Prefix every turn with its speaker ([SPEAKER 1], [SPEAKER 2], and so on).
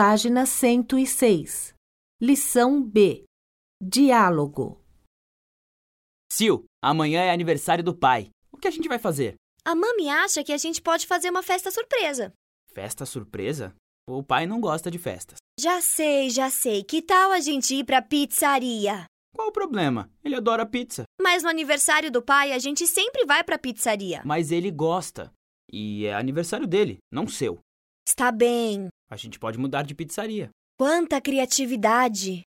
[SPEAKER 1] Página 106. Lição B. Diálogo.
[SPEAKER 2] Sil, amanhã é aniversário do pai. O que a gente vai fazer?
[SPEAKER 3] A mami acha que a gente pode fazer uma festa surpresa.
[SPEAKER 2] Festa surpresa? O pai não gosta de festas.
[SPEAKER 3] Já sei, já sei. Que tal a gente ir pra pizzaria?
[SPEAKER 2] Qual o problema? Ele adora pizza,
[SPEAKER 3] Mas no aniversário do pai, a gente sempre vai pra pizzaria.
[SPEAKER 2] mas ele gosta. E é aniversário dele, não seu.
[SPEAKER 3] Está bem.
[SPEAKER 2] A gente pode mudar de pizzaria.
[SPEAKER 3] Quanta criatividade!